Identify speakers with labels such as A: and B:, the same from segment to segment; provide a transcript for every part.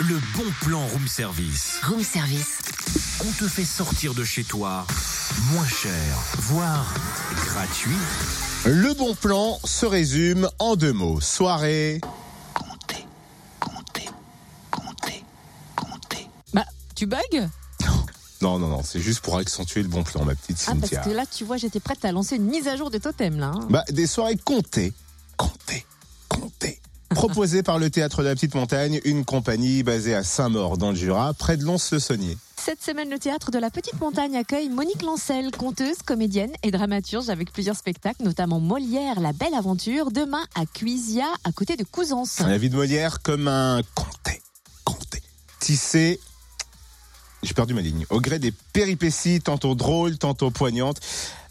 A: Le bon plan room service.
B: Room service.
A: On te fait sortir de chez toi moins cher, voire gratuit.
C: Le bon plan se résume en deux mots. Soirée.
D: Comptez, comptez, comptez, comptez.
E: Bah, tu bugs
C: Non, non, non, c'est juste pour accentuer le bon plan, ma petite
E: Ah, parce
C: Cynthia.
E: que là, tu vois, j'étais prête à lancer une mise à jour de totem, là. hein.
C: Bah, des soirées comptées, comptées, comptées. Proposées par le Théâtre de la Petite Montagne, une compagnie basée à Saint-Maur dans le Jura, près de Lons-le-Saunier.
E: Cette semaine, le Théâtre de la Petite Montagne accueille Monique Lancel, conteuse, comédienne et dramaturge avec plusieurs spectacles, notamment Molière, La Belle Aventure, demain à Cuisia, à côté de Couzance.
C: La vie de Molière comme un compté, compté, tissé. J'ai perdu ma ligne. Au gré des péripéties, tantôt drôles, tantôt poignantes.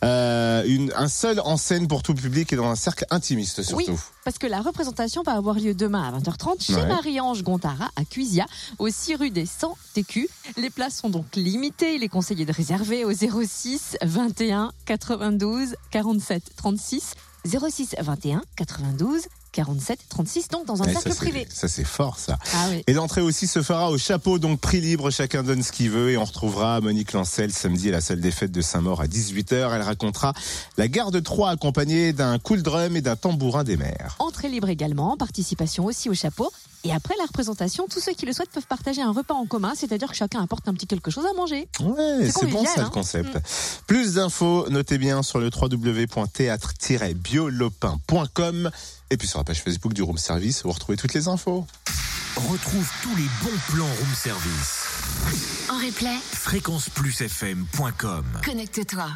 C: Euh, une, un seul en scène pour tout public et dans un cercle intimiste surtout.
E: Oui, parce que la représentation va avoir lieu demain à 20h30 chez
C: Ouais.
E: Marie-Ange Gontara à Cuisia, au 6 rue des 100 TQ. Les places sont donc limitées. Il est conseillé de réserver au 06 21 92 47 36. 06 21 92 47 36, donc dans un
C: Ouais,
E: cercle
C: Eh, ça, c'est-
E: privé.
C: Ça c'est fort ça.
E: Ah oui.
C: Et l'entrée aussi se fera au chapeau, donc prix libre, chacun donne ce qu'il veut. Et on retrouvera Monique Lancel samedi à la salle des fêtes de Saint-Maur à 18h. Elle racontera la gare de Troyes accompagnée d'un cool drum et d'un tambourin des mers.
E: Entrée libre également, participation aussi au chapeau. Et après la représentation, tous ceux qui le souhaitent peuvent partager un repas en commun, c'est-à-dire que chacun apporte un petit quelque chose à manger.
C: Ouais,
E: C'est
C: c'est bon
E: convivial,
C: ça le
E: hein.
C: concept. Plus d'infos, notez bien sur le www.théâtre-biolopin.com et puis sur la page Facebook du Room Service, vous retrouvez toutes les infos.
A: Retrouve tous les bons plans room service.
B: En replay,
A: fréquenceplusfm.com
B: connecte-toi.